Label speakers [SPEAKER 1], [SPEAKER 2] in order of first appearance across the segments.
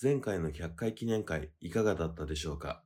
[SPEAKER 1] 前回の100回記念会いかがだったでしょうか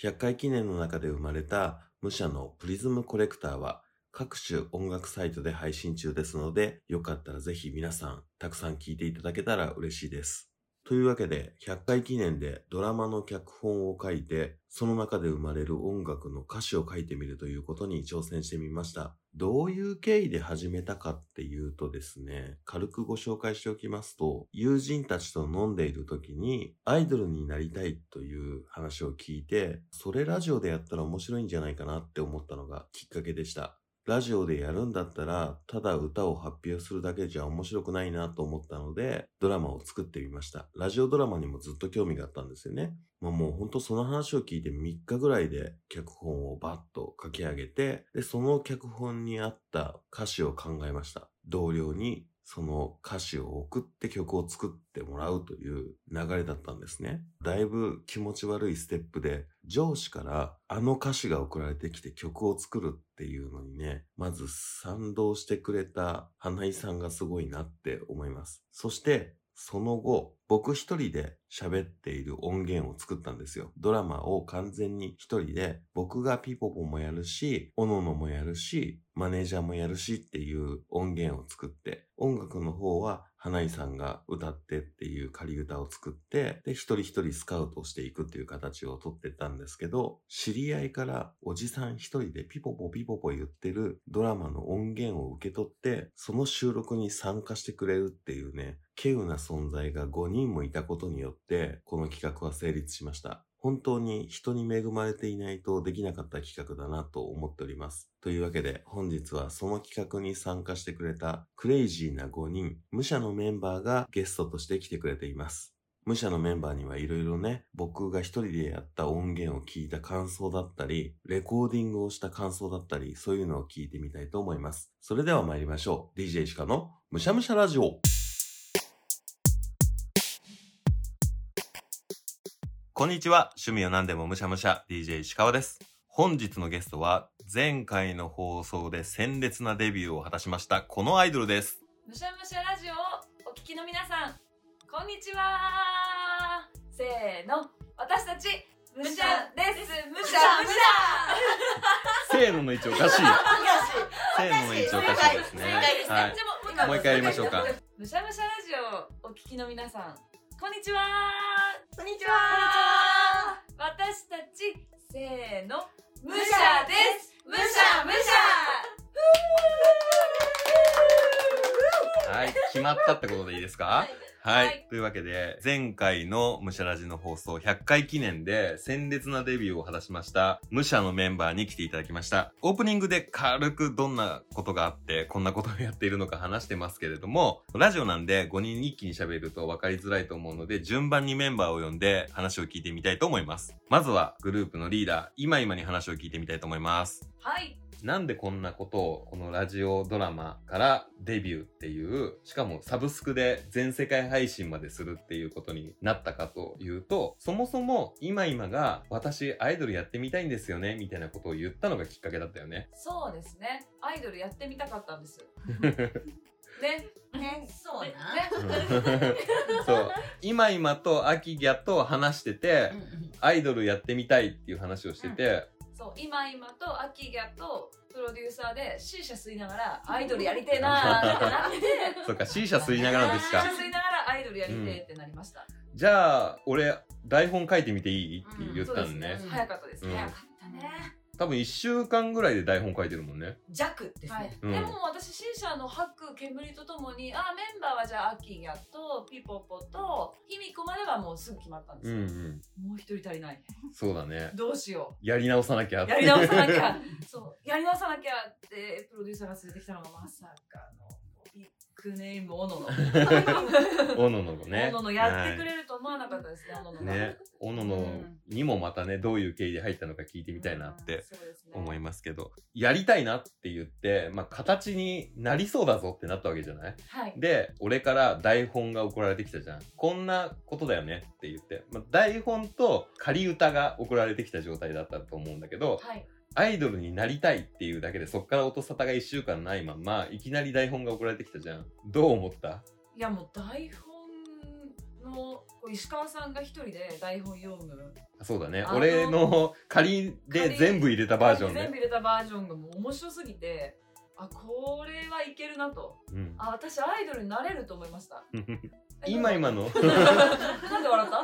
[SPEAKER 1] ?100 回記念の中で生まれた武者のプリズムコレクターは各種音楽サイトで配信中ですので、よかったらぜひ皆さんたくさん聴いていただけたら嬉しいです。というわけで、100回記念でドラマの脚本を書いて、その中で生まれる音楽の歌詞を書いてみるということに挑戦してみました。どういう経緯で始めたかっていうとですね、軽くご紹介しておきますと、友人たちと飲んでいる時に、アイドルになりたいという話を聞いて、それラジオでやったら面白いんじゃないかなって思ったのがきっかけでした。ラジオでやるんだったら、ただ歌を発表するだけじゃ面白くないなと思ったので、ドラマを作ってみました。ラジオドラマにもずっと興味があったんですよね。まあもうほんとその話を聞いて3日ぐらいで脚本をバッと書き上げて、で、その脚本に合った歌詞を考えました。同僚にその歌詞を送って曲を作ってもらうという流れだったんですね。だいぶ気持ち悪いステップで、上司からあの歌詞が送られてきて曲を作るっていうのにね、まず賛同してくれた花井さんがすごいなって思います。そして、その後、僕一人で喋っている音源を作ったんですよ。ドラマを完全に一人で、僕がピポポもやるし、オノノもやるし、マネージャーもやるしっていう音源を作って、音楽の方は花井さんが歌ってっていう仮歌を作って、で、一人一人スカウトしていくっていう形をとってたんですけど、知り合いからおじさん一人でピポポピポポ言ってるドラマの音源を受け取って、その収録に参加してくれるっていうね、稀有な存在が5人もいたことによって、この企画は成立しました。本当に人に恵まれていないとできなかった企画だなと思っております。というわけで本日はその企画に参加してくれたクレイジーな5人、武者のメンバーがゲストとして来てくれています。武者のメンバーにはいろいろね、僕が一人でやった音源を聞いた感想だったり、レコーディングをした感想だったり、そういうのを聞いてみたいと思います。それでは参りましょう。DJ シカのむしゃむしゃラジオこんにちは。趣味を何でもむしゃむしゃ、DJ 石川です。本日のゲストは、前回の放送で鮮烈なデビューを果たしました、このアイドルです。
[SPEAKER 2] むしゃむしゃラジオをお聞きの皆さんこんにちはせーの私たちむしゃですむしゃむし ゃ
[SPEAKER 1] せーのの位置おかしい。せーのの位置おかしいですね。
[SPEAKER 3] 正解ですね
[SPEAKER 1] はい。
[SPEAKER 2] じゃあ
[SPEAKER 1] もう一回やりましょうか。
[SPEAKER 2] むしゃむしゃラジオをお聞きの皆さんこんにちは
[SPEAKER 3] こんにち
[SPEAKER 2] は私たちせーのむしゃですむしゃむし
[SPEAKER 1] はい。決まったってことでいいですかはい、というわけで、前回の武者ラジの放送100回記念で鮮烈なデビューを果たしました武者のメンバーに来ていただきました。オープニングで軽くどんなことがあって、こんなことをやっているのか話してますけれども、ラジオなんで5人一気に喋ると分かりづらいと思うので、順番にメンバーを呼んで話を聞いてみたいと思います。まずはグループのリーダー、今今に話を聞いてみたいと思います。
[SPEAKER 2] ゃはい
[SPEAKER 1] なんでこんなことをこのラジオドラマからデビューっていう、しかもサブスクで全世界配信までするっていうことになったかというと、そもそも今今が私アイドルやってみたいんですよねみたいなことを言ったのがきっかけだったよね。
[SPEAKER 2] そうですねアイドルやってみたかったんです ね
[SPEAKER 3] ね、そうな。
[SPEAKER 1] そう。今今とアキギャと話してて、アイドルやってみたいっていう話をしてて、
[SPEAKER 2] そう今今とアキギャとプロデューサーで C 社吸いながらアイドルやりてえなーってなって
[SPEAKER 1] そっか C 社吸いながらです
[SPEAKER 2] C 社
[SPEAKER 1] か。
[SPEAKER 2] 吸いながらアイドルやりてえってなりました、
[SPEAKER 1] じゃあ、俺台本書いてみていいって言っ
[SPEAKER 2] そう
[SPEAKER 1] た
[SPEAKER 2] で
[SPEAKER 1] の
[SPEAKER 2] す
[SPEAKER 1] ね。
[SPEAKER 2] 早かったです
[SPEAKER 1] うん
[SPEAKER 2] ね、
[SPEAKER 3] かったね。
[SPEAKER 1] 多分一週間ぐらいで台本書いてるもんね。
[SPEAKER 3] 弱です
[SPEAKER 2] はい
[SPEAKER 3] ね。
[SPEAKER 1] うん
[SPEAKER 2] でも私 C 社の吐く煙とともにあメンバーはじゃあアキギャとピポポと卑弥呼まではもうすぐ決まったんです
[SPEAKER 1] うん
[SPEAKER 2] よ、
[SPEAKER 1] うん。
[SPEAKER 2] もう一人足りない
[SPEAKER 1] そうだね。
[SPEAKER 2] どうしよ
[SPEAKER 1] やり直さなきゃっ
[SPEAKER 2] う
[SPEAKER 1] て。
[SPEAKER 2] やり直さなき ゃそうやり直さなきゃってプロデューサーが連れてきたのがまさかのビッグネームオノの
[SPEAKER 1] おのののね。
[SPEAKER 2] おののやってく
[SPEAKER 1] は
[SPEAKER 2] れると思わなかったですね、おのの
[SPEAKER 1] い
[SPEAKER 2] が。
[SPEAKER 1] ね。おののにもまたね、どういう経緯で入ったのか聞いてみたいなっ
[SPEAKER 2] うん
[SPEAKER 1] て
[SPEAKER 2] そうですね
[SPEAKER 1] 思いますけど、やりたいなって言って、まあ形になりそうだぞってなったわけじゃない
[SPEAKER 2] はい。
[SPEAKER 1] で、俺から台本が送られてきたじゃん。こんなことだよねって言って、まあ、台本と仮歌が送られてきた状態だったと思うんだけど、
[SPEAKER 2] はい。
[SPEAKER 1] アイドルになりたいっていうだけでそっから音沙汰が一週間ないまま、いきなり台本が送られてきたじゃん。どう思った
[SPEAKER 2] いや、もう台本のこ石川さんが一人で台本読む
[SPEAKER 1] そうだね
[SPEAKER 2] あの
[SPEAKER 1] 俺の仮で全部入れたバージョン
[SPEAKER 2] 全
[SPEAKER 1] ね
[SPEAKER 2] 部、入れたバージョンがもう面白すぎてあこれはいけるなと
[SPEAKER 1] うん、
[SPEAKER 2] あ私アイドルになれると思いました え
[SPEAKER 1] 今今の
[SPEAKER 2] なんで笑った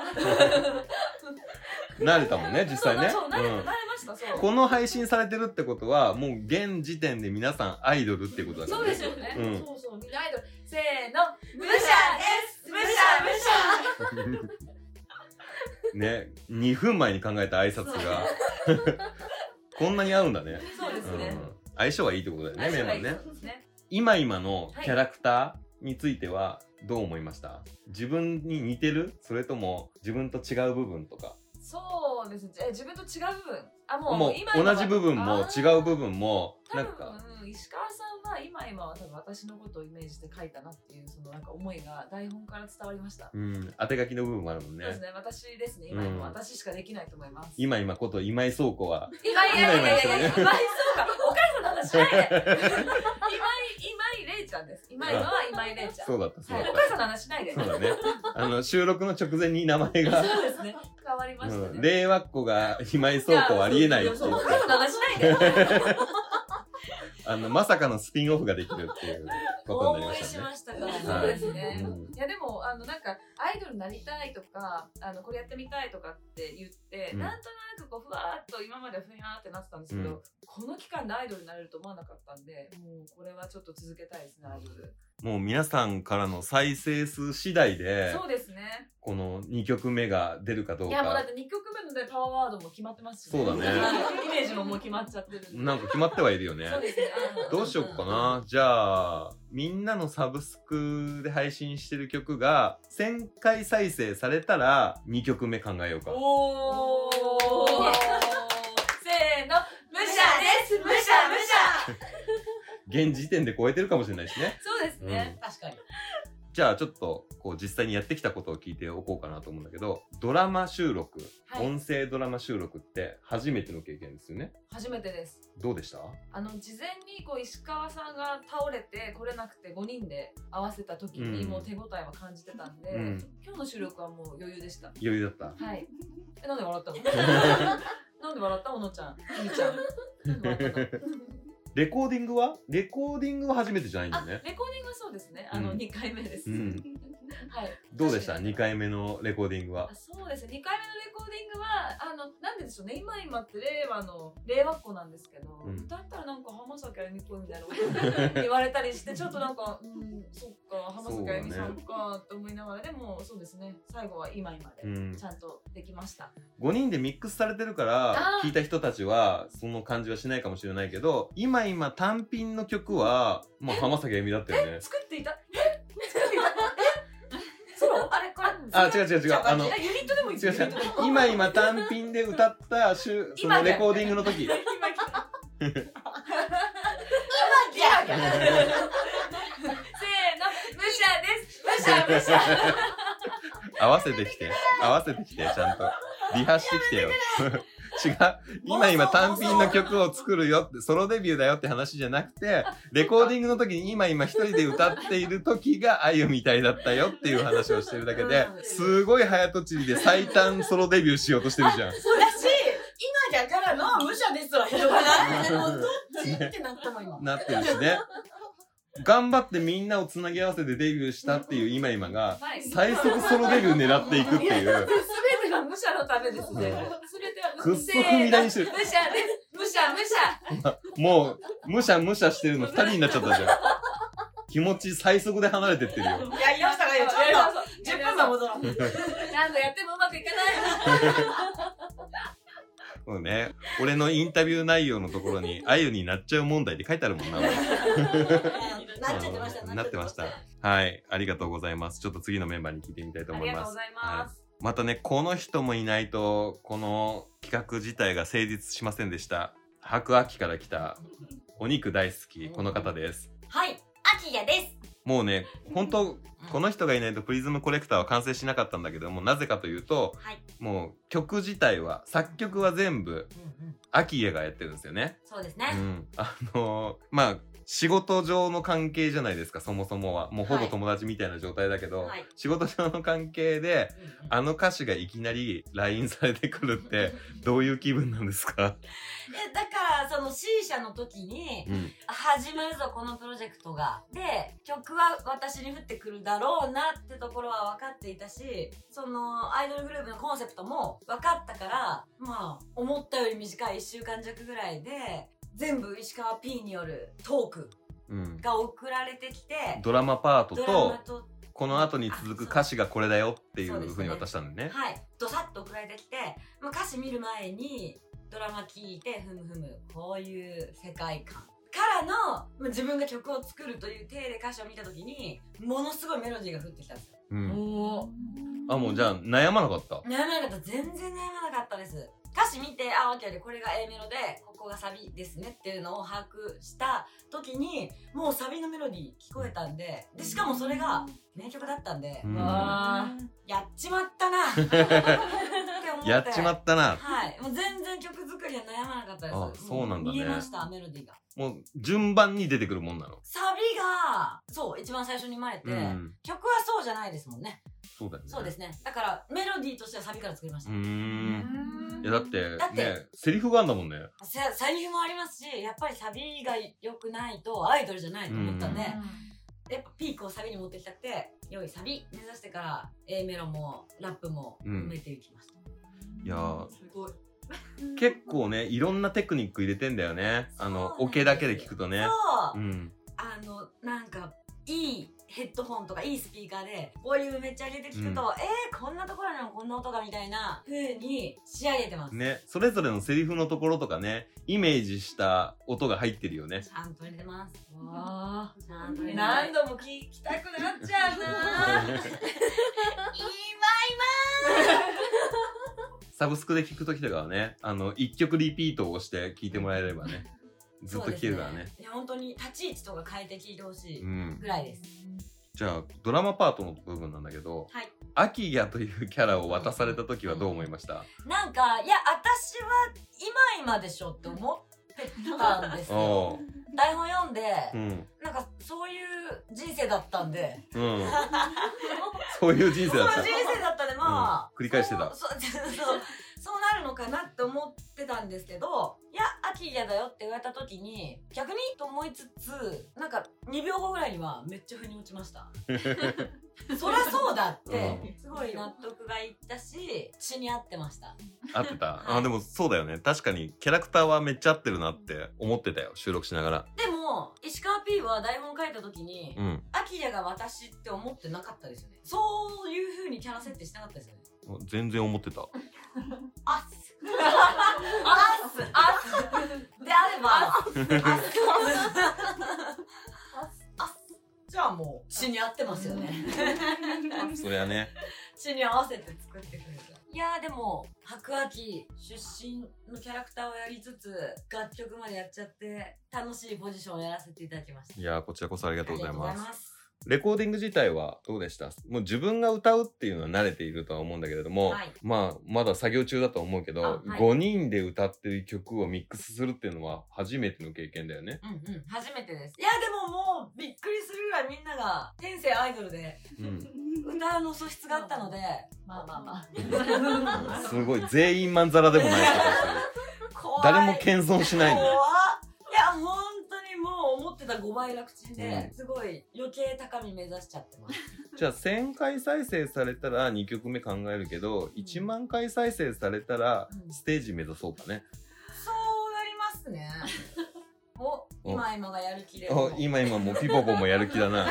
[SPEAKER 1] 慣れたもんね実際ね
[SPEAKER 2] そうそう慣れ,、
[SPEAKER 1] うん
[SPEAKER 2] 慣れましたそう
[SPEAKER 1] この配信されてるってことは、もう現時点で皆さんアイドルってことだから
[SPEAKER 2] そう
[SPEAKER 1] ね。
[SPEAKER 2] ですよね、
[SPEAKER 1] うん
[SPEAKER 2] そうそうみんなアイドルせーの
[SPEAKER 4] 武者です武者武者
[SPEAKER 1] ね、2分前に考えた挨拶が、 こんなに合うんだね。
[SPEAKER 2] そうです
[SPEAKER 1] う
[SPEAKER 2] ね
[SPEAKER 1] ん、相性はいいってことだよね、メンバーね。
[SPEAKER 2] そうですね
[SPEAKER 1] 今今のキャラクターについてはどう思いました、自分に似てるそれとも自分と違う部分とか。
[SPEAKER 2] そうですねえ自分と違う部分あもう
[SPEAKER 1] もう
[SPEAKER 2] 今今は
[SPEAKER 1] 同じ部分も
[SPEAKER 2] あー
[SPEAKER 1] 違う部分も、
[SPEAKER 2] 多
[SPEAKER 1] なん
[SPEAKER 2] 分
[SPEAKER 1] か、
[SPEAKER 2] うん石川さんは今今は多分私のことをイメージして書いたなっていうそのなんか思いが台本から伝わりました、
[SPEAKER 1] うん、当て書きの部分もあるもん
[SPEAKER 2] そうです
[SPEAKER 1] ね。
[SPEAKER 2] ね私ですね今今、
[SPEAKER 1] うん
[SPEAKER 2] 私しかできないと思います
[SPEAKER 1] 今今こと今井倉庫は
[SPEAKER 2] 今いやいやいやいやいや
[SPEAKER 1] 今
[SPEAKER 2] 今井そうかお母さんの話しないで今井今井れいちゃんです今井のは今井れいちゃん
[SPEAKER 1] そうだった、そう
[SPEAKER 2] は
[SPEAKER 1] だっ
[SPEAKER 2] い、お
[SPEAKER 1] た
[SPEAKER 2] 母。さんの話しないで。
[SPEAKER 1] そう
[SPEAKER 2] そ
[SPEAKER 1] だね。あの、収録の直前に名前が、
[SPEAKER 2] うですね。変わりました
[SPEAKER 1] うん
[SPEAKER 2] ね。
[SPEAKER 1] 令和っ子が今井倉庫はありえないって言
[SPEAKER 2] やそう
[SPEAKER 1] っ
[SPEAKER 2] お
[SPEAKER 1] て
[SPEAKER 2] 母さんの話しないで。
[SPEAKER 1] あの、まさかのスピンオフができるっていうこと
[SPEAKER 4] 大
[SPEAKER 1] になり
[SPEAKER 4] 盛
[SPEAKER 1] ま
[SPEAKER 4] り
[SPEAKER 1] し
[SPEAKER 4] した
[SPEAKER 1] ね
[SPEAKER 4] ましたからね。
[SPEAKER 2] そうです
[SPEAKER 1] う
[SPEAKER 2] ね。
[SPEAKER 1] ん。
[SPEAKER 2] いやでもあのなんかアイドルになりたいとかあのこれやってみたいとかって言って、
[SPEAKER 1] うん
[SPEAKER 2] なんとなくこうふわーっと今まではふにゃーってなってたんですけど、
[SPEAKER 1] うん
[SPEAKER 2] この期間でアイドルになれると思わなかったんでもうこれはちょっと続けたいですねアイドル、
[SPEAKER 1] もう皆さんからの再生数次第で、
[SPEAKER 2] そうですね
[SPEAKER 1] この2曲目が出るかどう
[SPEAKER 2] いやもうだっ
[SPEAKER 1] か、
[SPEAKER 2] て2曲目のでパワーワードも決まってますし、
[SPEAKER 1] そうだね
[SPEAKER 2] イメージももう決まっちゃってるんで
[SPEAKER 1] なんか決まってはいるよね
[SPEAKER 2] そう。ですねあの
[SPEAKER 1] どうしようかな。じゃあ、みんなのサブスクで配信してる曲が、1000回再生されたら、2曲目考えようか。
[SPEAKER 2] おー
[SPEAKER 4] おー
[SPEAKER 2] せーの
[SPEAKER 4] 武者です武者武者
[SPEAKER 1] 現時点で超えてるかもしれないしね。
[SPEAKER 2] そうですね、
[SPEAKER 1] うん
[SPEAKER 4] 確かに。
[SPEAKER 1] じゃあちょっとこう実際にやってきたことを聞いておこうかなと思うんだけど、ドラマ収録、
[SPEAKER 2] はい
[SPEAKER 1] 音声ドラマ収録って初めての経験ですよね。
[SPEAKER 2] 初めてです
[SPEAKER 1] どうでした
[SPEAKER 2] あの事前にこう石川さんが倒れて来れなくて5人で合わせた時に
[SPEAKER 1] うん
[SPEAKER 2] もう手応えは感じてたんで、
[SPEAKER 1] うん
[SPEAKER 2] 今日の収録はもう余裕でした
[SPEAKER 1] 余裕だった。
[SPEAKER 2] はいえなんで笑った のなんで笑ったおのちゃんみーちゃんなんで笑ったの
[SPEAKER 1] レコーディングはレコーディングは初めてじゃないんだ
[SPEAKER 2] あ
[SPEAKER 1] よね。
[SPEAKER 2] レコーディングはそうですねあの
[SPEAKER 1] うん
[SPEAKER 2] 2回目です、
[SPEAKER 1] うん
[SPEAKER 2] はい
[SPEAKER 1] どうでした
[SPEAKER 2] 確かに
[SPEAKER 1] ?2 回目のレコーディングは
[SPEAKER 2] あ。そうですね2回目のレコーディングはあのなんででしょうね今今って令和の令和っ子なんですけど、
[SPEAKER 1] うん
[SPEAKER 2] だったらなんか浜崎あゆみっぽいみたいなこと言われたりしてちょっとな んかうんそっか浜崎あゆみさんかと思いながら、でもそうですね最後は今今
[SPEAKER 1] う
[SPEAKER 2] で
[SPEAKER 1] ん
[SPEAKER 2] ち、ゃんとできました、
[SPEAKER 1] 5人でミックスされてるから
[SPEAKER 2] あー
[SPEAKER 1] 聞いた人たちはその感じはしないかもしれないけど今今単品の曲はもう浜崎あゆみだったよね
[SPEAKER 2] 作っていたえ作っていた えそうあれこれ
[SPEAKER 1] あ違う違う違うあの
[SPEAKER 2] えユニットでもいい
[SPEAKER 1] 違う違
[SPEAKER 2] ユニ
[SPEAKER 1] う
[SPEAKER 2] ットでも
[SPEAKER 1] 今今単品で歌ったしゅそのレコーディングの時
[SPEAKER 2] 今来た
[SPEAKER 4] ギャーギャー
[SPEAKER 2] せーの武者です武者武者
[SPEAKER 1] 合わせてきて合わせてきてちゃんとリハしてきてよ違う今今単品の曲を作るよってソロデビューだよって話じゃなくてレコーディングの時に今今一人で歌っている時があゆみたいだったよっていう話をしてるだけですごい早とちりで最短ソロデビューしようとしてるじゃん
[SPEAKER 4] そうだし、今だからの武者ですわ。ひどくないもうどっちってなったの今。
[SPEAKER 1] なってるしね頑張ってみんなをつなぎ合わせてデビューしたっていう今今が
[SPEAKER 2] はい
[SPEAKER 1] 最速ソロデビュー狙っていくって いう
[SPEAKER 2] すべてが武者のためですね。すべては
[SPEAKER 1] くっそ踏み台にしてる
[SPEAKER 2] 武者です。武者、武者。
[SPEAKER 1] もう、むしゃむしゃしてるの二人になっちゃったじゃん。気持ち最速で離れてってるよ。
[SPEAKER 4] やりましたからよ、ちょっ
[SPEAKER 2] そうそう
[SPEAKER 4] と。10分は戻ろう。
[SPEAKER 2] 何度やってもうまくいかない。
[SPEAKER 1] そうね。俺のインタビュー内容のところに、あゆになっちゃう問題って書いてあるもんな。
[SPEAKER 4] なっちゃ
[SPEAKER 1] 俺
[SPEAKER 4] ってました。
[SPEAKER 1] なってました。はい。ありがとうございます。ちょっと次のメンバーに聞いてみたいと
[SPEAKER 2] あ
[SPEAKER 1] 思
[SPEAKER 2] り
[SPEAKER 1] い
[SPEAKER 2] がと
[SPEAKER 1] ます。
[SPEAKER 2] うございます。
[SPEAKER 1] またね、この人もいないと、この企画自体が成立しませんでした。白秋から来た、お肉大好き、この方です。
[SPEAKER 4] はい、アキヤです。
[SPEAKER 1] もうね、本当この人がいないとプリズムコレクターは完成しなかったんだけども、なぜかというと、
[SPEAKER 4] はい
[SPEAKER 1] もう曲自体は、作曲は全部、
[SPEAKER 4] うんうん
[SPEAKER 1] アキエがやってるんですよね。
[SPEAKER 4] そうです
[SPEAKER 1] う
[SPEAKER 4] ね。
[SPEAKER 1] ん。あのーまあ、仕事上の関係じゃないですか、そもそもは。もうほぼ友達みたいな状態だけど、
[SPEAKER 4] はい
[SPEAKER 1] 仕事上の関係で、あの歌手がいきなり LINE されてくるって、 どういう気分なんですか
[SPEAKER 3] えだからその C 社の時に
[SPEAKER 1] うん。
[SPEAKER 3] 始まるぞこのプロジェクトがで曲は私に降ってくるだろうなってところは分かっていたしそのアイドルグループのコンセプトも分かったからまあ思ったより短い1週間弱ぐらいで全部石川 P によるトーク
[SPEAKER 1] うん。
[SPEAKER 3] が送られてきて
[SPEAKER 1] ドラマパート
[SPEAKER 3] ドラマ
[SPEAKER 1] と、
[SPEAKER 3] と
[SPEAKER 1] この後に続く歌詞がこれだよっていうふうに渡したんでね。
[SPEAKER 3] はい、ドサッと送られてきて、まあ、歌詞見る前にドラマ聞いてふむふむこういう世界観からの、まあ、自分が曲を作るという体で歌詞を見た時にものすごいメロディーが降ってきたんですよ
[SPEAKER 1] うん。
[SPEAKER 3] お
[SPEAKER 1] あ、もうじゃあ悩まなかった。
[SPEAKER 3] 悩まなかった全然悩まなかったです歌詞見てあオッケーオッケーこれが A メロでここがサビですねっていうのを把握した時にもうサビのメロディー聞こえたんででしかもそれが名曲だったんで、
[SPEAKER 1] うん
[SPEAKER 2] わー
[SPEAKER 3] やっちまったなって思って
[SPEAKER 1] やっちまったな。
[SPEAKER 3] はい。もう全然曲作りは悩まなかったです。
[SPEAKER 1] あそうなんだね
[SPEAKER 3] 見えました、メロディーが。
[SPEAKER 1] もう順番に出てくるもんなの。
[SPEAKER 3] サビが、そう、一番最初に生まれて、
[SPEAKER 1] うん。
[SPEAKER 3] 曲はそうじゃないですもんね。
[SPEAKER 1] そうだよね。
[SPEAKER 3] そうですね。だから、メロディーとしてはサビから作りまし
[SPEAKER 1] う
[SPEAKER 3] た。
[SPEAKER 1] ーん。いや、だって
[SPEAKER 3] だっ、て
[SPEAKER 1] ね、セリフがあんだもんね。
[SPEAKER 3] せサビもありますし、やっぱりサビが良くないとアイドルじゃないと思ったんで、
[SPEAKER 1] う
[SPEAKER 3] やっぱピークをサビに持ってきたくて、良いサビ目指してから、A メロもラップも埋めていきました。
[SPEAKER 1] いやー
[SPEAKER 3] すごい。
[SPEAKER 1] 結構ね、いろんなテクニック入れてんだよね。あの、オケだけで聞くとね。
[SPEAKER 3] そ
[SPEAKER 1] う
[SPEAKER 3] う
[SPEAKER 1] ん。
[SPEAKER 3] あのなんかいいヘッドホンとかいいスピーカーでボリュームめっちゃ上げて聞
[SPEAKER 1] うん
[SPEAKER 3] くと、えー、こんなところにもこんな音がみたいな風に仕上げてます、
[SPEAKER 1] ね、それぞれのセリフのところとかね、イメージした音が入ってるよね。
[SPEAKER 3] ちゃんと入れてます
[SPEAKER 2] わ
[SPEAKER 3] ちゃんと入れ
[SPEAKER 2] ー
[SPEAKER 3] てます
[SPEAKER 2] 何度も聞きたくなっちゃうな
[SPEAKER 1] サブスクで聞くときとかはね、あの、一曲リピートをして聞いてもらえれば ね、ずっと聞
[SPEAKER 3] そうです
[SPEAKER 1] けるからね。
[SPEAKER 3] いや本当に立ち位置とか変えて聞いてほし
[SPEAKER 1] う
[SPEAKER 3] い
[SPEAKER 1] ん。
[SPEAKER 3] ぐらいです、
[SPEAKER 1] じゃあ、ドラマパートの部分なんだけど、
[SPEAKER 3] はい
[SPEAKER 1] アキヤというキャラを渡されたときはどう思いました
[SPEAKER 3] なんかいや私は今今でしょって思ってたんで すよ
[SPEAKER 1] おう
[SPEAKER 3] 台本読んで、
[SPEAKER 1] うん。
[SPEAKER 3] なんかそういう人生だったんで
[SPEAKER 1] うん。そういう人生だっ
[SPEAKER 3] そ
[SPEAKER 1] た
[SPEAKER 3] う。人生だったでまあ、
[SPEAKER 1] うん繰り返してた
[SPEAKER 3] そうそうそうそうなるのかなって思ってたんですけどいや秋嫌だよって言われた時に逆にと思いつつなんか2秒後ぐらいにはめっちゃ腑に落ちました そりゃそうだって、すごい納得がいったし血に合ってました
[SPEAKER 1] 合ってた。あ、でもそうだよね。確かにキャラクターはめっちゃ合ってるなって思ってたよ。収録しながら。
[SPEAKER 3] でも石川 P は台本書いた時に
[SPEAKER 1] うん。
[SPEAKER 3] 秋嫌が私って思ってなかったですよねそういう風にキャラ設定してなかったですよね
[SPEAKER 1] 全然思ってた。
[SPEAKER 3] あっすあっすあっ すであればじゃあもう死に合ってますよね。
[SPEAKER 1] そりゃね。
[SPEAKER 3] 死に合わせて作ってくれた。いやーでも、白亜紀出身のキャラクターをやりつつ、楽曲までやっちゃって、楽しいポジションをやらせていただきました。
[SPEAKER 1] いやー、こちらこそありがとうございます。
[SPEAKER 3] す。
[SPEAKER 1] レコーディング自体はどうでしたもう自分が歌うっていうのは慣れているとは思うんだけれども、
[SPEAKER 3] はい
[SPEAKER 1] まあ、まだ作業中だとは思うけど、
[SPEAKER 3] あはい
[SPEAKER 1] 5人で歌ってる曲をミックスするっていうのは初めての経験だよね。
[SPEAKER 3] うんうん、初めてです。いやでももう、びっくりするぐらいみんなが、天性アイドルで、
[SPEAKER 1] うん。
[SPEAKER 3] 歌の素質があったので、
[SPEAKER 2] まあまあまあ
[SPEAKER 1] すごい。全員まんざらでもない気がする。
[SPEAKER 3] 怖い。
[SPEAKER 1] 誰も謙遜しないん
[SPEAKER 3] 怖
[SPEAKER 1] だ
[SPEAKER 3] っ
[SPEAKER 1] よ。
[SPEAKER 3] いや本当にもう思ってた5倍楽ちんで、
[SPEAKER 1] うん
[SPEAKER 3] すごい余計高み目指しちゃってます
[SPEAKER 1] じゃあ1000回再生されたら2曲目考えるけど、1万回再生されたら
[SPEAKER 3] うん
[SPEAKER 1] ステージ目指そうだね。
[SPEAKER 3] そうなりますね。お、今今がやる気で。
[SPEAKER 1] お今今もうピポポもやる気だな。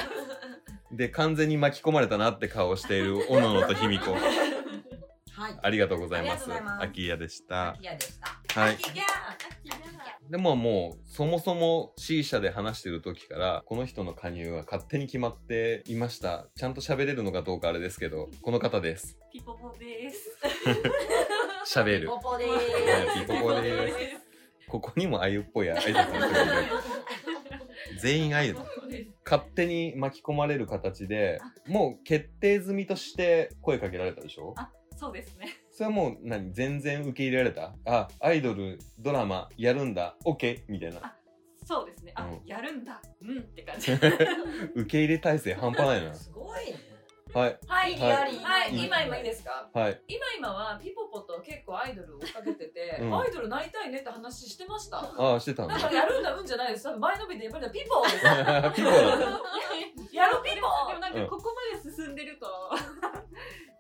[SPEAKER 1] で、完全に巻き込まれたなって顔をしている、おののとひみこ。
[SPEAKER 3] はい。
[SPEAKER 1] ありがとうございます
[SPEAKER 3] ありがとうござい。ます
[SPEAKER 1] アキヤでし
[SPEAKER 3] ア
[SPEAKER 1] た。
[SPEAKER 3] キヤでした。
[SPEAKER 1] はい。
[SPEAKER 3] キヤ
[SPEAKER 1] でももう、そもそも C 社で話してる時から、この人の加入は勝手に決まっていました。ちゃんと喋れるのかどうかあれですけど、この方です。
[SPEAKER 2] ピポポです
[SPEAKER 1] 喋る。
[SPEAKER 3] ポポでー
[SPEAKER 1] ピポポでーすここにもあゆっぽい挨拶の人 がいる。全員あゆ。勝手に巻き込まれる形で、もう決定済みとして声かけられたでしょ
[SPEAKER 2] そうですね
[SPEAKER 1] それはもう何全然受け入れられたあ、アイドル、ドラマ、やるんだ、オッケーみたいな。
[SPEAKER 5] そうですねあ、
[SPEAKER 1] うん
[SPEAKER 5] やるんだうんって感じ
[SPEAKER 1] 受け入れ体制半端ない な。
[SPEAKER 3] すごいね。
[SPEAKER 1] はい。
[SPEAKER 5] はい
[SPEAKER 1] はい
[SPEAKER 5] はい、はい、今
[SPEAKER 3] 今
[SPEAKER 5] 今
[SPEAKER 3] 今
[SPEAKER 5] いいですか
[SPEAKER 1] はい。
[SPEAKER 5] 今今はピポポと結構アイドルを追っかけてて、
[SPEAKER 1] うん
[SPEAKER 5] アイドルなりたいねって話してました
[SPEAKER 1] ああ、してたん
[SPEAKER 5] だ
[SPEAKER 1] だ。
[SPEAKER 5] からやるんだうんじゃないです多分前のめりでやっぱりピポポです
[SPEAKER 1] ピコだね。
[SPEAKER 5] やるピポポ
[SPEAKER 2] でもなんかここまで進んでると は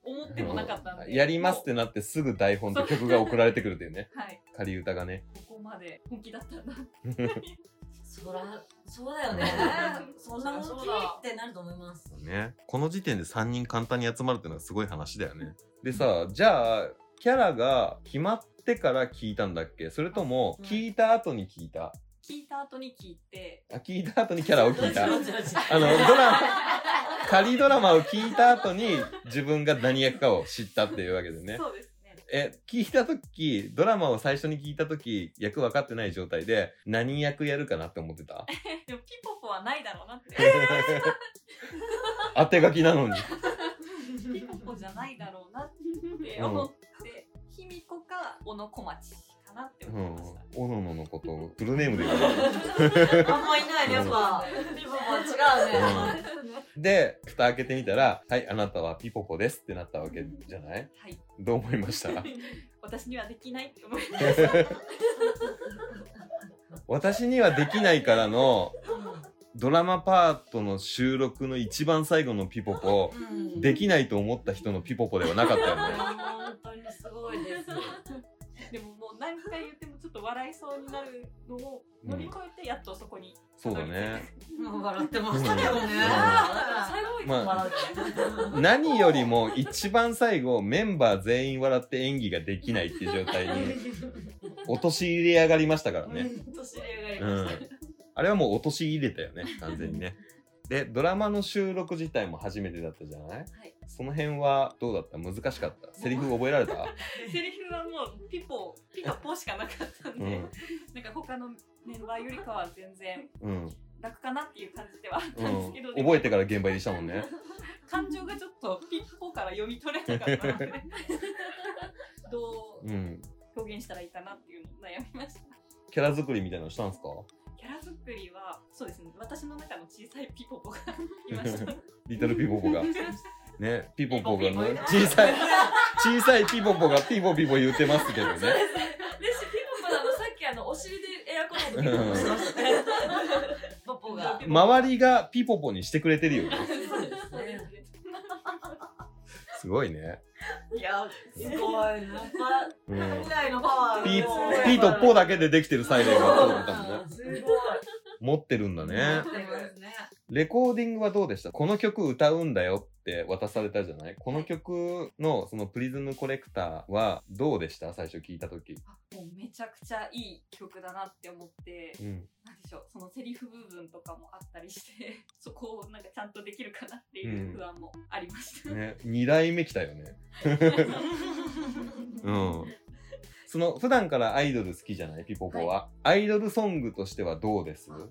[SPEAKER 2] 思ってもなかったんで
[SPEAKER 1] やりますってなってすぐ台本と曲が送られてくるっていうね。
[SPEAKER 2] はい
[SPEAKER 1] 仮歌がね。
[SPEAKER 2] ここまで本気だったんだ
[SPEAKER 3] そら、そうだよね。そんなもんきってなると思います。
[SPEAKER 1] ね。この時点で3人簡単に集まるっていうのはすごい話だよね。でさ、じゃあ、キャラが決まってから聞いたんだっけそれとも、聞いた後に聞いた
[SPEAKER 2] 聞いた後に聞いて
[SPEAKER 1] あ、聞いた後にキャラを聞いた。
[SPEAKER 3] どっちどっちどっ ち
[SPEAKER 1] あの、ドラマ、仮ドラマを聞いた後に自分が何役かを知ったっていうわけでね。
[SPEAKER 2] そうですね
[SPEAKER 1] え、聞いたとき、ドラマを最初に聞いたとき、役分かってない状態で、何役やるかなって思って た
[SPEAKER 2] でもピポポはないだろうな って
[SPEAKER 1] 当て書きなのに。
[SPEAKER 2] ピポポじゃないだろうなって思って、卑弥呼か小野小町かなって
[SPEAKER 1] う
[SPEAKER 2] 思い
[SPEAKER 1] ん
[SPEAKER 2] ました。。
[SPEAKER 1] おのののことをフルネームで言う
[SPEAKER 3] あんまいないね、やっぱ。ピポポは違うね。
[SPEAKER 1] で、蓋開けてみたら、はい、あなたはピポポですってなったわけじゃない
[SPEAKER 2] はい。
[SPEAKER 1] どう思いました
[SPEAKER 2] 私にはできないって思いま
[SPEAKER 1] 私にはできないからの、ドラマパートの収録の一番最後のピポポ、
[SPEAKER 3] うん
[SPEAKER 1] できないと思った人のピポポではなかったよね。
[SPEAKER 3] 本当にすごいです。
[SPEAKER 2] す。でももう何回言ってもちょっと笑いそうになるのを乗り越えてやっとそこに。
[SPEAKER 1] そうだね。
[SPEAKER 3] もう笑ってましたけどね。
[SPEAKER 5] 最後
[SPEAKER 1] まあ
[SPEAKER 3] 笑
[SPEAKER 1] 何よりも一番最後メンバー全員笑って演技ができないっていう状態に陥れ上がりましたからね。
[SPEAKER 2] 年齢
[SPEAKER 1] う
[SPEAKER 2] がやりま
[SPEAKER 1] ん
[SPEAKER 2] し。
[SPEAKER 1] あれはもう陥れたよ ね、完全にね。で、ドラマの収録自体も初めてだったじゃない、
[SPEAKER 2] い
[SPEAKER 1] その辺はどうだった難しかったセリフ覚えら れた
[SPEAKER 2] た。セリフはもうピポピポポしかなかったんで、
[SPEAKER 1] うん
[SPEAKER 2] なんか他のメンバーよりかは全然
[SPEAKER 1] うん。
[SPEAKER 2] 楽かなっていう感じではあったん
[SPEAKER 1] う
[SPEAKER 2] です
[SPEAKER 1] ん
[SPEAKER 2] けど、。
[SPEAKER 1] 覚えてから現場入りしたもんね。
[SPEAKER 2] 感情がちょっとピッポから読み取れなかったので どう
[SPEAKER 1] うん。
[SPEAKER 2] 表現したらいいかなっていうのを悩みました
[SPEAKER 1] キャラ作りみたいなのしたんすか
[SPEAKER 2] キャラ作りはそうですね私の中の小さいピポポが いました
[SPEAKER 1] リトルピポポが。ね、ピポポが
[SPEAKER 2] ピポピポ
[SPEAKER 1] 小さい、小さいピポポがピポピポ言ってますけどね。
[SPEAKER 5] でしピポポのあのさっきあのお尻でエアコンのピポポしてましたね
[SPEAKER 3] ポポが。
[SPEAKER 1] 周りがピポポにしてくれてるよね。
[SPEAKER 2] そうですね
[SPEAKER 1] すごいね。
[SPEAKER 3] いや、すごい。なんか、
[SPEAKER 1] うん
[SPEAKER 3] 未。来のパワー。
[SPEAKER 1] ピー、ピーとポーだけでできてるサイレンがそうだったもんね。
[SPEAKER 3] すごい。
[SPEAKER 1] 持ってるんだね。レコーディングはどうでしたこの曲歌うんだよって渡されたじゃないこの曲のそのプリズムコレクターはどうでした最初聞いた時。
[SPEAKER 2] あもうめちゃくちゃいい曲だなって思って
[SPEAKER 1] うん。
[SPEAKER 2] なんでしょうそのセリフ部分とかもあったりして そこをなんかちゃんとできるかなっていう不安もありました、
[SPEAKER 1] ね。二代目来たよね。うん。その普段からアイドル好きじゃないピポポは、アイドルソングとしてはどうです
[SPEAKER 2] もう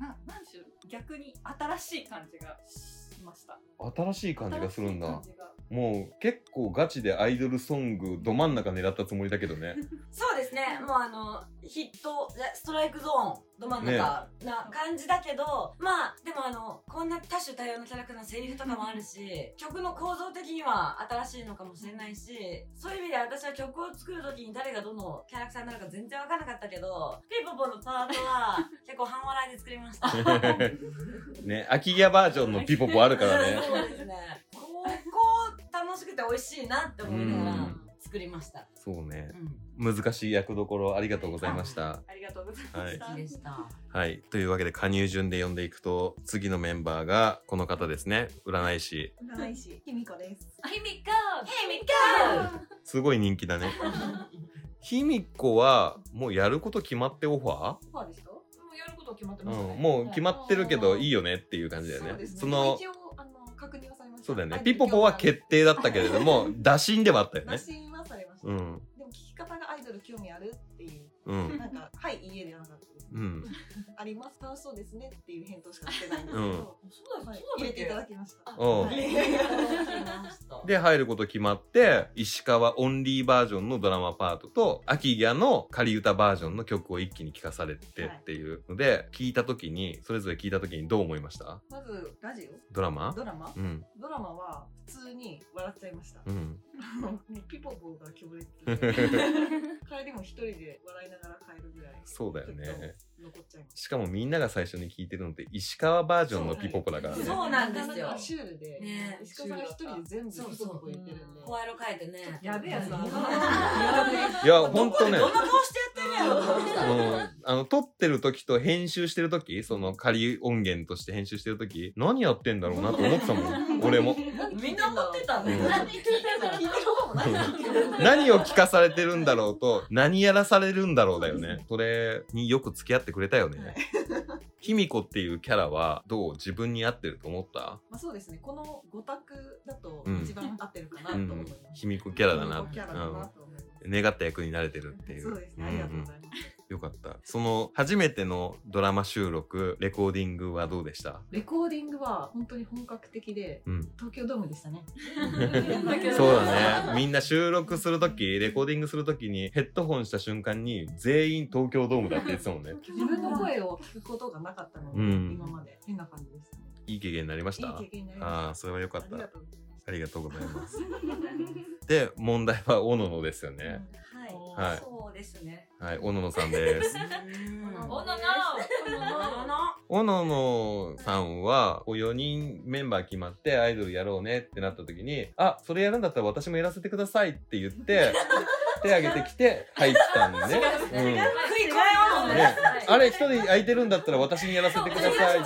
[SPEAKER 2] ななんでしょう逆に新しい感じがしました
[SPEAKER 1] 新しい感じがするんだ。
[SPEAKER 2] 新しい感じが
[SPEAKER 1] もう結構ガチでアイドルソングど真ん中狙ったつもりだけど ね。
[SPEAKER 3] そうですね。もうあの、ヒット、ストライクゾーン、ど真ん中な感じだけど、まあ、でもあの、こんな多種多様なキャラクターのセリフとかもあるし、曲の構造的には新しいのかもしれないし、そういう意味で私は曲を作るときに誰がどのキャラクターになるか全然わからなかったけど、ピーポポのパー トは結構半笑いで作りました。
[SPEAKER 1] ね、秋ギャバージョンのピポポあるからね。
[SPEAKER 3] そうですね。ここ楽しくて美味しいなって思いなが
[SPEAKER 1] う
[SPEAKER 3] ら
[SPEAKER 1] ん
[SPEAKER 3] 作りました。
[SPEAKER 1] そうね
[SPEAKER 3] う。ん。
[SPEAKER 1] 難しい役どころありがとうございました。
[SPEAKER 2] ありがとうございました、
[SPEAKER 3] 好きでした。
[SPEAKER 1] はい。というわけで加入順で呼んでいくと、次のメンバーがこの方ですね。占い師。
[SPEAKER 6] 占い師ひみこです
[SPEAKER 5] ひみか
[SPEAKER 1] すごい人気だ ね。ひみこはもうやること決まってオファ
[SPEAKER 5] パーですかもうやること決まって
[SPEAKER 1] ー、
[SPEAKER 5] ましたね
[SPEAKER 1] うん、もう決まってるけどいい
[SPEAKER 5] よ
[SPEAKER 1] よねっていう感じだよ
[SPEAKER 2] そう
[SPEAKER 1] ね。
[SPEAKER 2] ですね
[SPEAKER 1] その、
[SPEAKER 2] 一応あの確認はされました
[SPEAKER 1] そうだよね。ピポポは決定だったけれども、打診ではあったよね
[SPEAKER 6] 打。診はされました、
[SPEAKER 1] うん。
[SPEAKER 6] でも聞き方がアイドル興味あるっていう
[SPEAKER 1] うん。
[SPEAKER 6] なんかはい家ではなかったです
[SPEAKER 1] うん。
[SPEAKER 6] ありますかそうですねっていう返答しかしてないんです
[SPEAKER 1] う
[SPEAKER 6] け
[SPEAKER 1] ん。
[SPEAKER 6] ど、
[SPEAKER 3] そうだ
[SPEAKER 6] はい
[SPEAKER 3] そうだ
[SPEAKER 6] 入れ
[SPEAKER 3] って
[SPEAKER 6] い
[SPEAKER 3] け
[SPEAKER 6] ただきました。
[SPEAKER 1] うん
[SPEAKER 6] はい
[SPEAKER 1] で、入ること決まって、石川オンリーバージョンのドラマパートと、秋ギャの仮歌バージョンの曲を一気に聴かされてっていうので、聞いたときに、それぞれ聞いたときにどう思いました
[SPEAKER 6] まず、ラジオ
[SPEAKER 1] ドラマ
[SPEAKER 6] ドラマ
[SPEAKER 1] うん。
[SPEAKER 6] ドラマは普通に笑っちゃいました。
[SPEAKER 1] うん。
[SPEAKER 6] もうピポポが強烈 帰りも一人で笑いながら帰るぐらい
[SPEAKER 1] そうだよね。
[SPEAKER 6] 残っちゃいまし
[SPEAKER 1] しかもみんなが最初に聞いてるのって、石川バージョンのピポポだからね。
[SPEAKER 3] そうなんですよ
[SPEAKER 6] た。シュールで、
[SPEAKER 3] ね
[SPEAKER 6] 石川さんが一人で全部ピポポ言ってるんで
[SPEAKER 3] 声色変えてね。
[SPEAKER 6] やべえやつだな
[SPEAKER 1] うんいや、ほんとね。
[SPEAKER 3] どんな顔してやってるやろ。
[SPEAKER 1] うんあの、撮ってる時と編集してる時、その仮音源として編集してる時、何やってんだろうなと思ってたもん。俺 も。
[SPEAKER 3] みんな持ってたね。
[SPEAKER 1] うん
[SPEAKER 6] 聞いてるの聞いてる方もないんだけど
[SPEAKER 1] 何を聞かされてるんだろうと、何やらされるんだろうだよね。それによく付き合ってくれたよね。卑弥呼っていうキャラは、どう自分に合ってると思った
[SPEAKER 6] まあそうですねこの五択だと
[SPEAKER 1] うん
[SPEAKER 6] 一番合ってるかな
[SPEAKER 1] う
[SPEAKER 6] と思いま
[SPEAKER 1] ん
[SPEAKER 6] す、。
[SPEAKER 1] 卑弥呼キャラだな。
[SPEAKER 6] キャラだなと思います
[SPEAKER 1] うん願った役になれてるっていう。
[SPEAKER 6] そうですねありがとうございます、
[SPEAKER 1] よかった。その、初めてのドラマ収録、レコーディングはどうでした
[SPEAKER 6] レコーディングは本当に本格的で
[SPEAKER 1] うん。
[SPEAKER 6] 東京ドームでしたね
[SPEAKER 1] そうだね。みんな収録するとき、レコーディングするときにヘッドホンした瞬間に全員東京ドームだって言ってたもん ね。
[SPEAKER 6] 自分の声を聞くことがなかったので、
[SPEAKER 1] うん
[SPEAKER 6] 今まで変な感じですね
[SPEAKER 1] いい経験になりまし
[SPEAKER 6] いい
[SPEAKER 1] た
[SPEAKER 6] 経験になり
[SPEAKER 1] ああー、
[SPEAKER 6] まし
[SPEAKER 1] それはよか
[SPEAKER 6] た
[SPEAKER 1] った。
[SPEAKER 6] とうございます
[SPEAKER 1] ありがとうございます。で、問題はおののですよね。はい
[SPEAKER 7] そうですね。
[SPEAKER 1] はい、おののさん です。
[SPEAKER 2] おのの
[SPEAKER 1] おののさんは、こう4人メンバー決まってアイドルやろうねってなった時に、あ、それやるんだったら私もやらせてくださいって言って、 手挙げてきて入ったんでね。うん
[SPEAKER 3] 悔い変えよう
[SPEAKER 1] ね、あれ一人空いてるんだったら私にやらせてください。
[SPEAKER 2] あ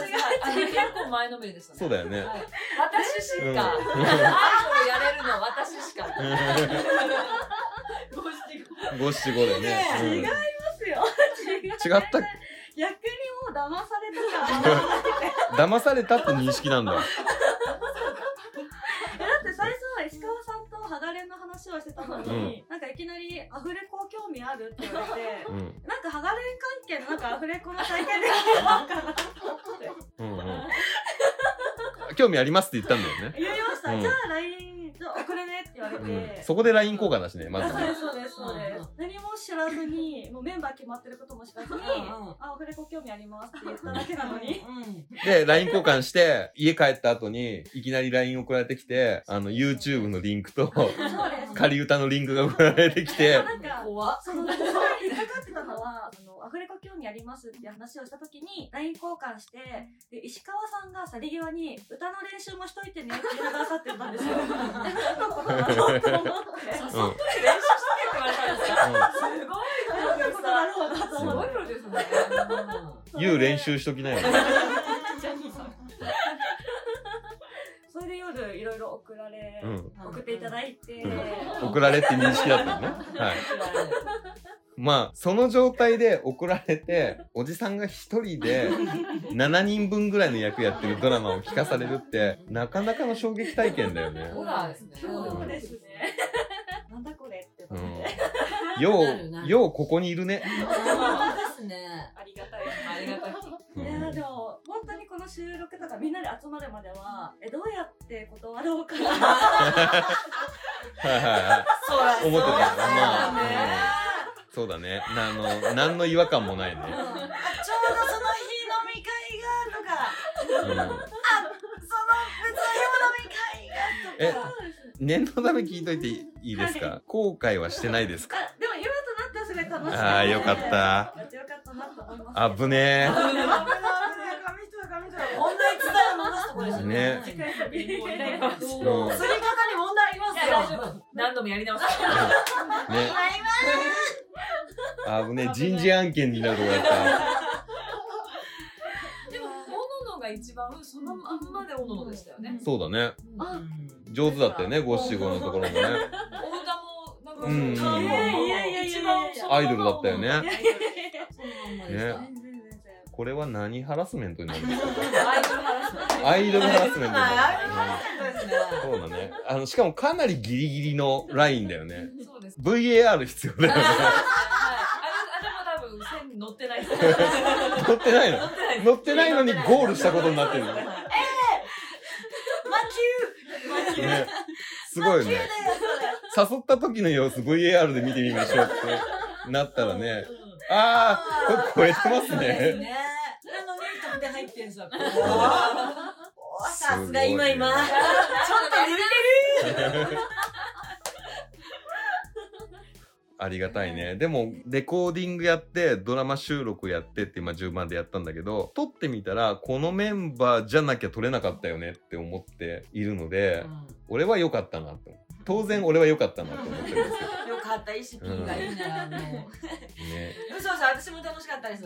[SPEAKER 2] れ結構前のめりでしたね
[SPEAKER 1] そうだよね。
[SPEAKER 2] 私しか、
[SPEAKER 1] うん
[SPEAKER 2] アイドルやれるの私しか
[SPEAKER 1] 五七五でね。
[SPEAKER 3] ね
[SPEAKER 1] うん
[SPEAKER 7] 違いますよ。違
[SPEAKER 1] 違
[SPEAKER 7] う
[SPEAKER 1] ったっ
[SPEAKER 7] 逆にもう騙されたから。だ
[SPEAKER 1] け 騙されたって認識なんだ。
[SPEAKER 7] って最初は石川さんと離れの話をしてたのに、なんかいきなりアフレコ興味あるって言われて。
[SPEAKER 1] うん。
[SPEAKER 7] なんかハガレン関係のなんかアフレコの体験できたのかな
[SPEAKER 1] うんうん。興味ありますって言ったんだよね。
[SPEAKER 7] 言いました、
[SPEAKER 1] うん
[SPEAKER 7] じゃあ LINE じゃあ送れねって言われて、
[SPEAKER 1] うん。そこで LINE 交換だしね、まず
[SPEAKER 7] そうで
[SPEAKER 1] ね。
[SPEAKER 7] すそうですそうです、何も知らずにもうメンバー決まってることも知らずに、
[SPEAKER 3] んうん
[SPEAKER 7] あアフレコ興味ありますって言っただけなのに
[SPEAKER 1] で、LINE 交換して、家帰った後に、いきなり LINE 送られてきて、あの、YouTube のリンクと、
[SPEAKER 7] そうです
[SPEAKER 1] 仮歌のリンクが送られてきて、
[SPEAKER 7] なんか
[SPEAKER 3] 怖っ。
[SPEAKER 7] その、そこに引っかかってたのは、あの、アフレコ興味ありますっていう話をしたときに、LINE 交換して、で、石川さんが去り際に、歌の練習もしといてねって言ってくださってたんですよ。 で、何のことだろうと
[SPEAKER 1] うん。
[SPEAKER 7] 思って。
[SPEAKER 1] うん
[SPEAKER 7] 何のことだろうなと
[SPEAKER 2] す
[SPEAKER 7] 思っ
[SPEAKER 2] ご
[SPEAKER 7] て。
[SPEAKER 2] いプロデュースだね
[SPEAKER 1] 言う練習しときなよ。
[SPEAKER 7] それで夜、いろいろ送られ、
[SPEAKER 1] うん。
[SPEAKER 7] 送っていただいて、
[SPEAKER 1] うん送られって認識だったのね。はい。まあ、その状態で送られて、おじさんが一人で7人分ぐらいの役やってるドラマを聞かされるって、なかなかの衝撃体験だよね。
[SPEAKER 2] ホラーですね
[SPEAKER 7] そうですね。なんだこれって
[SPEAKER 1] う
[SPEAKER 7] なっ て。
[SPEAKER 1] ん。よう、ようここにいるね。
[SPEAKER 3] 本当ですね。
[SPEAKER 7] ありがたい。
[SPEAKER 2] ありがたい
[SPEAKER 1] うん
[SPEAKER 7] いやーでも本当にこの収録とかみんなで集まるまではえどうやって断ろ うかな
[SPEAKER 1] はいはいはい。
[SPEAKER 3] そうだ
[SPEAKER 1] 思ってたよ。ま
[SPEAKER 3] ね
[SPEAKER 1] あ、うんそうだね。なあの、何の違和感もないね。
[SPEAKER 3] ちょうどその日飲み会がとか、
[SPEAKER 1] うん。
[SPEAKER 3] その別の日の飲み会
[SPEAKER 1] え
[SPEAKER 3] がとか。、
[SPEAKER 1] 念のため聞いといていいですか後悔はしてないですか
[SPEAKER 7] あでも今となってはすごい楽しい
[SPEAKER 1] あーよかった
[SPEAKER 7] めっちゃよかったなと思 います
[SPEAKER 1] あぶね
[SPEAKER 3] こん なに伝えを戻すとこです
[SPEAKER 1] ね
[SPEAKER 7] 次回作品もいない
[SPEAKER 1] え。うん。
[SPEAKER 3] 釣り方に問題ありま
[SPEAKER 2] いや大丈夫何度もやり 直す
[SPEAKER 1] ね。あぶね、人事案件になるとこだった。
[SPEAKER 2] でもおののが一番そのまんまでおののでしたよね
[SPEAKER 1] そうだね。
[SPEAKER 2] あ
[SPEAKER 1] 上手だったよね、五七五のところもね。
[SPEAKER 2] お歌もなんか
[SPEAKER 1] うんうん
[SPEAKER 2] 歌も
[SPEAKER 1] い
[SPEAKER 3] やいやいやいや
[SPEAKER 2] 一番その
[SPEAKER 1] アイドルだったよね。
[SPEAKER 3] そのまんまで
[SPEAKER 1] ね
[SPEAKER 3] した。。
[SPEAKER 7] 全然全然
[SPEAKER 1] これは何ハラスメントになるんですか
[SPEAKER 2] アイドルハラスメント
[SPEAKER 1] アイドルハラスメントに
[SPEAKER 3] はい、
[SPEAKER 1] なる。
[SPEAKER 3] ですね。
[SPEAKER 1] そうだね。あの、しかもかなりギリギリのラインだよね。
[SPEAKER 2] そうで す
[SPEAKER 1] VAR 必要だよね。
[SPEAKER 2] はいあれあれも多分
[SPEAKER 7] 乗っ てないです。え
[SPEAKER 1] 乗ってないの乗ってないのにゴールしたことになってるの
[SPEAKER 3] そうです
[SPEAKER 4] マキュー
[SPEAKER 1] ね。すごいね。誘った時の様子 VAR で見てみましょうってなったらね。ああ、これ超えてます
[SPEAKER 3] そうです
[SPEAKER 1] ね。
[SPEAKER 3] ね。なのに飛んで入ってんさ。
[SPEAKER 1] お
[SPEAKER 3] さすが今今。ちょっと抜いて
[SPEAKER 1] ありがたいね。でも、レコーディングやって、ドラマ収録やってって今順番でやったんだけど、撮ってみたら、このメンバーじゃなきゃ撮れなかったよねって思っているので、俺は良かったなと。当然俺は良かったなと思ってるんですけど。
[SPEAKER 3] る。よかった、意識がいいな。もう
[SPEAKER 1] ね。
[SPEAKER 3] そうそう、私も楽しかったです。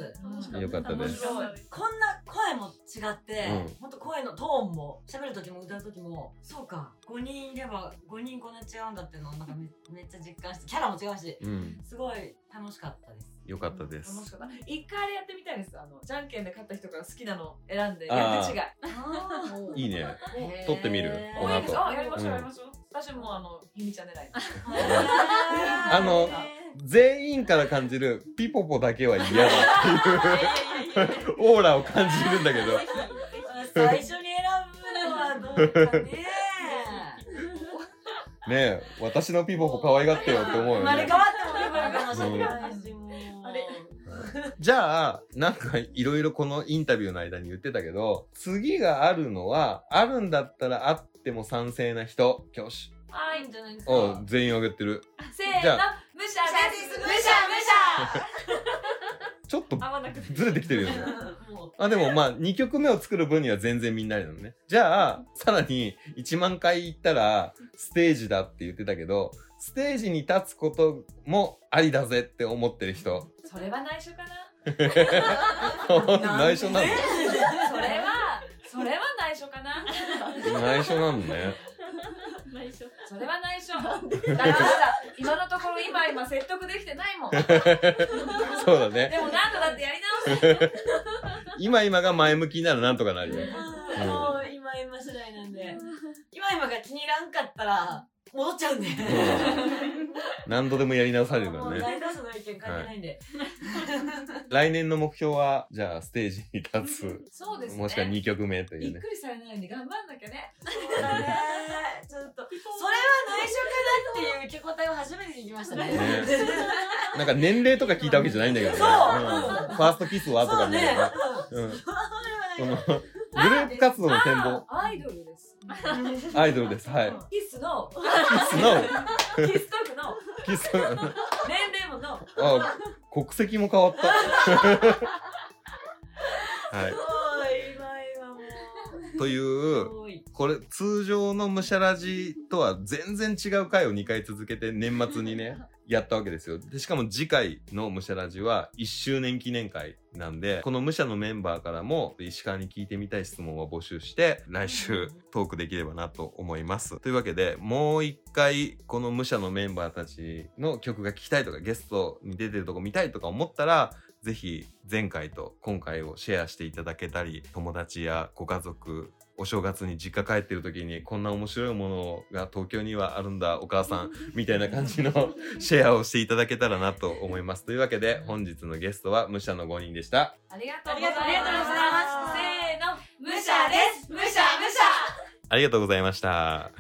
[SPEAKER 1] 良かったです。
[SPEAKER 3] こんな声も違って、
[SPEAKER 1] うん
[SPEAKER 3] ほんと声のトーンも喋る時も歌う時もそうか5人いれば5人こんな違うんだっていうのをなんかめめっちゃ実感してキャラも違うし
[SPEAKER 1] うん。
[SPEAKER 3] すごい楽しかったです
[SPEAKER 1] 良かったで
[SPEAKER 6] 楽し
[SPEAKER 1] す。
[SPEAKER 6] かった一回あれやってみたいですあのじゃんけんで勝った人から好きなの選んでやる違いもう
[SPEAKER 1] いいね。
[SPEAKER 3] へー
[SPEAKER 1] 撮ってみるこの
[SPEAKER 6] いいです
[SPEAKER 1] 後
[SPEAKER 6] あやりましょう
[SPEAKER 1] うん
[SPEAKER 6] やりましょう私もうあのひみちゃ ん狙い
[SPEAKER 1] あの、全員から感じるピポポだけは嫌だっていう オーラを感じるんだけど。
[SPEAKER 3] 最初に選ぶのはどうかね
[SPEAKER 1] ねえ、私のピポポ可愛がってよって思う
[SPEAKER 3] 生
[SPEAKER 1] よ
[SPEAKER 3] まれ
[SPEAKER 1] ね
[SPEAKER 3] 変。わってもよかったかもしれないしもう
[SPEAKER 6] あれ
[SPEAKER 1] じゃあ、なんかいろいろこのインタビューの間に言ってたけど、次があるのは、あるんだったらあっても賛成な人、教師。
[SPEAKER 2] あいいんじゃないですか
[SPEAKER 1] おう全員挙げてる。
[SPEAKER 2] せー
[SPEAKER 1] じゃ
[SPEAKER 2] の武者です武者武者
[SPEAKER 1] ちょっと
[SPEAKER 2] 合わなくて
[SPEAKER 1] ずれてきてるよね。
[SPEAKER 3] もう
[SPEAKER 1] あ、でもまあ、2曲目を作る分には全然みんなありなのね。じゃあ、さらに1万回行ったら、ステージだって言ってたけど、ステージに立つこともありだぜって思ってる人。
[SPEAKER 2] それは内緒かな
[SPEAKER 1] 内緒 なんだ。
[SPEAKER 2] それはそれは内緒かな
[SPEAKER 1] 内緒なんだね。
[SPEAKER 2] それは内緒だからまだ今のところ今今説得できてないもんで
[SPEAKER 1] そうだね。
[SPEAKER 2] もなんとだってやり直して
[SPEAKER 1] 今今が前向きならなんとかなるよ。
[SPEAKER 3] うんもう今今次第なんで今今が気に入らんかったら戻っちゃうんで
[SPEAKER 1] 何度でもやり直されるか
[SPEAKER 3] も
[SPEAKER 1] ら
[SPEAKER 3] う
[SPEAKER 1] ね。
[SPEAKER 3] 大多数の意見変えてないんで、
[SPEAKER 1] 来年の目標は、じゃあステージに立
[SPEAKER 2] そうで
[SPEAKER 1] つ。
[SPEAKER 2] す
[SPEAKER 1] もしくは
[SPEAKER 2] ね
[SPEAKER 1] 2曲目とい
[SPEAKER 2] び
[SPEAKER 1] う
[SPEAKER 2] っ
[SPEAKER 1] ね。
[SPEAKER 2] くりされないように頑張んなきゃね
[SPEAKER 3] そうだね ちょっと、それは内緒かなっていう受け答えを初めて聞きましたね。
[SPEAKER 1] ねなんか年齢とか聞いたわけじゃないんだけどね。
[SPEAKER 3] そうん
[SPEAKER 1] ファーストキスはと
[SPEAKER 3] そ
[SPEAKER 1] か
[SPEAKER 3] う
[SPEAKER 1] ね
[SPEAKER 3] ね。
[SPEAKER 1] うん。
[SPEAKER 3] そ
[SPEAKER 1] そ
[SPEAKER 3] れ
[SPEAKER 1] の
[SPEAKER 3] は
[SPEAKER 1] グループ活動の展望。
[SPEAKER 2] アイドルです
[SPEAKER 1] アイドルです。はい。
[SPEAKER 2] キスの
[SPEAKER 1] スノー。
[SPEAKER 2] キストークの
[SPEAKER 1] キス。あ、
[SPEAKER 2] 年齢も の
[SPEAKER 1] 国籍も変わった。はい。という、
[SPEAKER 3] ごい。
[SPEAKER 1] これ通常のむしゃらじとは全然違う回を2回続けて年末にねやったわけですよでしかも次回のむしゃらじは1周年記念会なんでこのむしゃのメンバーからも石川に聞いてみたい質問は募集して来週トークできればなと思いますというわけでもう一回このむしゃのメンバーたちの曲が聴きたいとかゲストに出てるとこ見たいとか思ったらぜひ前回と今回をシェアしていただけたり友達やご家族お正月に実家帰ってる時にこんな面白いものが東京にはあるんだお母さんみたいな感じの シェアをしていただけたらなと思いますというわけで本日のゲストは武者の5人でした
[SPEAKER 2] ありがとうござい
[SPEAKER 3] ありがとうござい
[SPEAKER 2] ます
[SPEAKER 3] ま
[SPEAKER 2] せーの武者です武者武者
[SPEAKER 1] ありがとうございました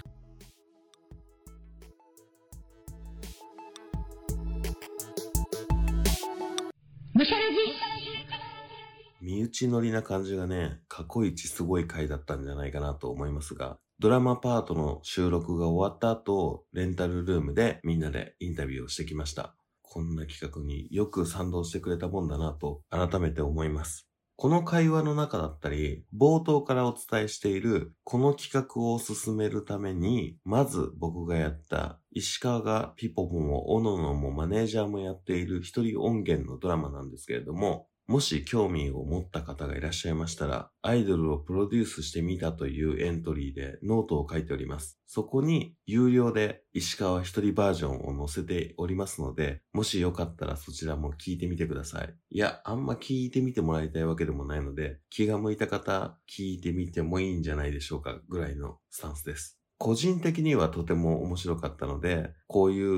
[SPEAKER 8] 身内乗りな感じがね、過去一すごい回だったんじゃないかなと思いますが、ドラマパートの収録が終わった後、レンタルルームでみんなでインタビューをしてきました。こんな企画によく賛同してくれたもんだなと改めて思います。この会話の中だったり、冒頭からお伝えしている、この企画を進めるために、まず僕がやった、石川がピポポもオノノもマネージャーもやっている一人音源のドラマなんですけれども、もし興味を持った方がいらっしゃいましたら、アイドルをプロデュースしてみたというエントリーでノートを書いております。そこに有料で石川一人バージョンを載せておりますので、もしよかったらそちらも聞いてみてください。いや、あんま聞いてみてもらいたいわけでもないので、気が向いた方、聞いてみてもいいんじゃないでしょうかぐらいのスタンスです。個人的にはとても面白かったので、こういう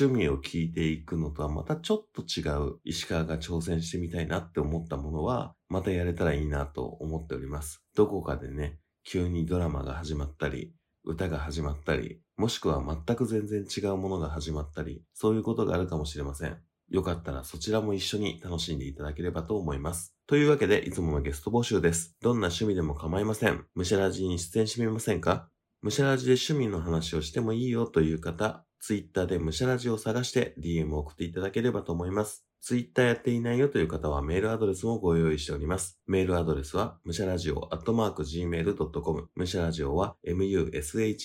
[SPEAKER 8] 趣味を聞いていくのとはまたちょっと違う石川が挑戦してみたいなって思ったものは、またやれたらいいなと思っております。どこかでね、急にドラマが始まったり、歌が始まったり、もしくは全く全然違うものが始まったり、そういうことがあるかもしれません。よかったらそちらも一緒に楽しんでいただければと思います。というわけで、いつものゲスト募集です。どんな趣味でも構いません。むしゃらじに出演してみませんかむしゃらじで趣味の話をしてもいいよという方、ツイッターでむしゃらじを探して DM を送っていただければと思います。ツイッターやっていないよという方はメールアドレスもご用意しております。メールアドレスは、むしゃらじお gmail.com。むしゃらじおは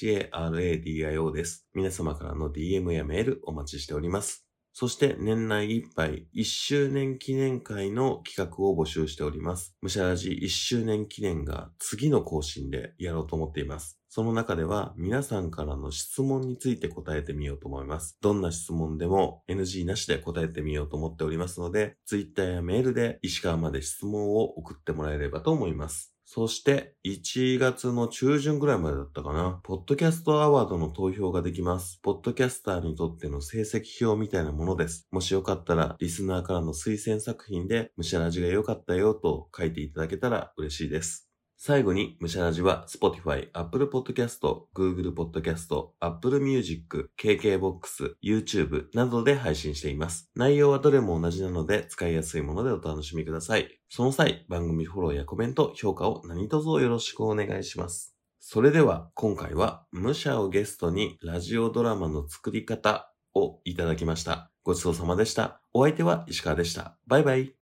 [SPEAKER 8] musharadio です。皆様からの DM やメールお待ちしております。そして年内いっぱい1周年記念会の企画を募集しております。むしゃらじ1周年記念が次の更新でやろうと思っています。その中では皆さんからの質問について答えてみようと思います。どんな質問でも NG なしで答えてみようと思っておりますので、Twitter やメールで石川まで質問を送ってもらえればと思います。そして、1月の中旬ぐらいまでだったかな。ポッドキャストアワードの投票ができます。ポッドキャスターにとっての成績表みたいなものです。もしよかったら、リスナーからの推薦作品で、むしゃらじが良かったよと書いていただけたら嬉しいです。最後に、むしゃらじは、Spotify、Apple Podcast、Google Podcast、Apple Music、KKBOX、YouTube などで配信しています。内容はどれも同じなので、使いやすいものでお楽しみください。その際、番組フォローやコメント、評価を何卒よろしくお願いします。それでは、今回は、武者をゲストに、ラジオドラマの作り方をいただきました。ごちそうさまでした。お相手は石川でした。バイバイ。